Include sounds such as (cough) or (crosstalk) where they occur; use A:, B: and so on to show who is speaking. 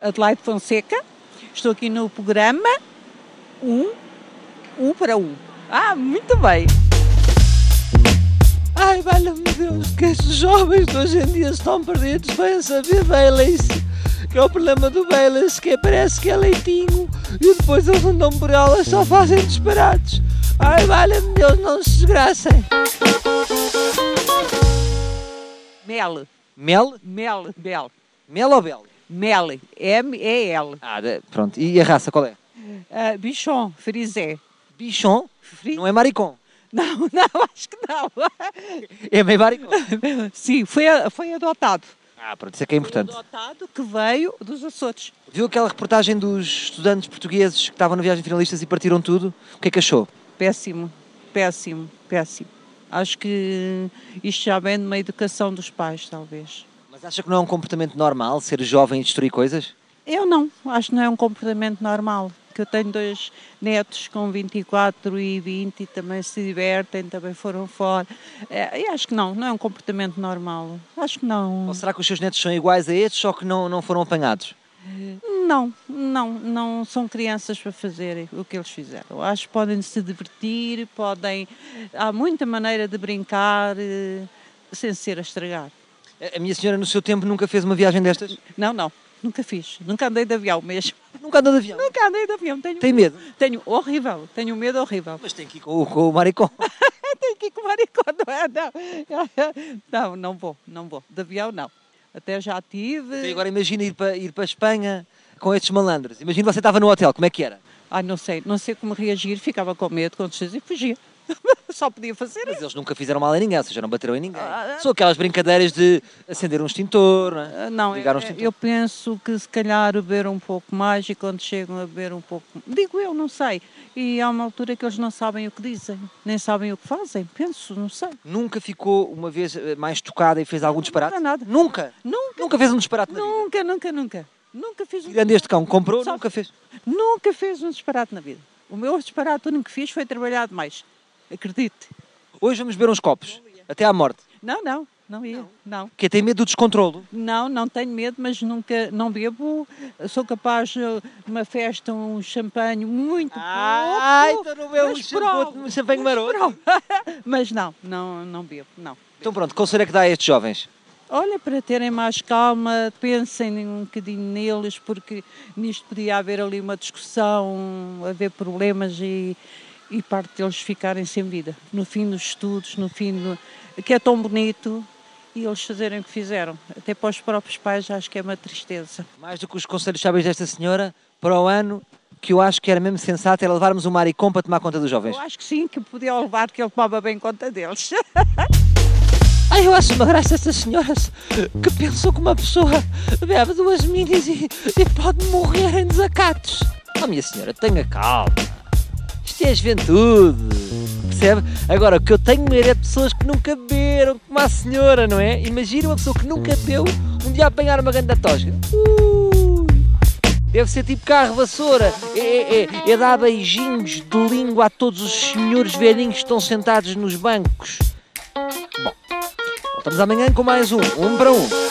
A: Adelaide Fonseca, estou aqui no programa 1, 1 para 1. Ah, muito bem! Ai, valha-me Deus, que estes jovens de hoje em dia estão perdidos, vêm saber Bailey-se. Que é o problema do Bailey-se, que é, parece que é leitinho e depois eles andam por elas, só fazem disparates. Ai, valha-me Deus, não se desgracem. Mel,
B: Mel?
A: mel, mel,
B: Mel ou Bel?
A: mel, M-E-L.
B: Ah, de- pronto. E a raça qual é?
A: Ah, bichon, frisé. (laughs)
B: Bichon?
A: Fri-
B: Não é maricon.
A: Não, não, acho que não. (laughs)
B: É meio maricon.
A: Sim, foi, a- foi adotado.
B: Ah, pronto. Isso é que é importante.
A: Foi adotado que veio dos Açores.
B: Viu aquela reportagem dos estudantes portugueses que estavam na viagem de finalistas e partiram tudo? O que é que achou?
A: Péssimo, péssimo, péssimo. Acho que isto já vem de uma educação dos pais, talvez.
B: Mas acha que não é um comportamento normal ser jovem e destruir coisas?
A: Eu não, acho que não é um comportamento normal. Que eu tenho dois netos com 24 e 20 e também se divertem, também foram fora. Eh, Eu acho que não, não é um comportamento normal. Acho que não.
B: Ou será que os seus netos são iguais a estes, só que não, não foram apanhados?
A: Não, não, não são crianças para fazerem o que eles fizeram. Acho que podem se divertir, podem. Há muita maneira de brincar eh, sem ser a estragar.
B: A- A minha senhora, no seu tempo, nunca fez uma viagem destas?
A: Não, não, nunca fiz. Nunca andei de avião mesmo.
B: Nunca andou de avião.
A: Nunca andei de avião. Tenho,
B: Tem medo?
A: tenho horrível, tenho medo horrível.
B: Mas tem que ir com, o- com o (laughs) maricon.
A: Tenho que ir com maricó, não é? Não. (laughs) não, não vou, não vou. De avião, não. Até já
B: E
A: tive.
B: agora imagina ir para, ir para a Espanha com estes malandros. Imagina você estava no hotel, como é que era?
A: Ai, Ah, não sei, não sei como reagir, ficava com medo, com certeza, e fugia. (laughs) Só podia fazer
B: Mas eles nunca fizeram mal a ninguém, ou seja, não bateram em ninguém.
A: Ah, ah.
B: São aquelas brincadeiras de acender um extintor, não é?
A: Ah, Não,
B: Ligar um
A: é-
B: extintor.
A: eu penso que se calhar beber um pouco mais e quando chegam a beber um pouco. Digo eu, não sei. E há uma altura que eles não sabem o que dizem, nem sabem o que fazem. Penso, não sei.
B: Nunca ficou uma vez eh, mais tocada e fez algum disparate?
A: nada.
B: Nunca?
A: Nunca,
B: Nunca fez um disparate na vida?
A: nunca, nunca, nunca. Nunca fiz um
B: Tirando este cão que comprou,
A: Só-
B: nunca fez.
A: Nunca fez um disparate na vida. O meu disparate, o único que fiz foi trabalhar demais. Acredite.
B: Hoje vamos beber uns copos, até à morte.
A: Não, não, não ia. Não.
B: Porque tem medo do descontrolo.
A: Não, não tenho medo, mas nunca, não bebo. Sou capaz eh, numa festa, um champanhe muito
B: Ah,
A: pouco.
B: então não é um
A: mas
B: champanhe-
A: provo,
B: um champanhe
A: mas
B: maroto.
A: provo. (laughs) Mas não, não, não bebo, não.
B: Então pronto, que conselho é que dá a estes jovens?
A: Olha, para terem mais calma, pensem um bocadinho neles, porque nisto podia haver ali uma discussão, haver problemas e, e parte deles ficarem sem vida. No fim dos estudos, no fim do. que é tão bonito, e eles fazerem o que fizeram. Até para os próprios pais, acho que é uma tristeza.
B: Mais do que os conselhos sábios desta senhora, para o ano que eu acho que era mesmo sensato era levarmos o maricom para tomar conta dos jovens.
A: Eu acho que sim, que podia levar, que ele tomava bem conta deles.
B: Ai, eu acho uma graça estas senhoras que pensam que uma pessoa bebe duas minis e, e pode morrer em desacatos. Oh, minha senhora, tenha calma. Isto é a juventude, percebe? Agora, o que eu tenho medo é de pessoas que nunca beberam, como a senhora, não é? Imagina uma pessoa que nunca bebeu um dia apanhar uma grande tosca. Ui! Deve ser tipo carro vassoura. É, é, é, é dar beijinhos de língua a todos os senhores velhinhos que estão sentados nos bancos. Voltamos amanhã com mais um. Um para um.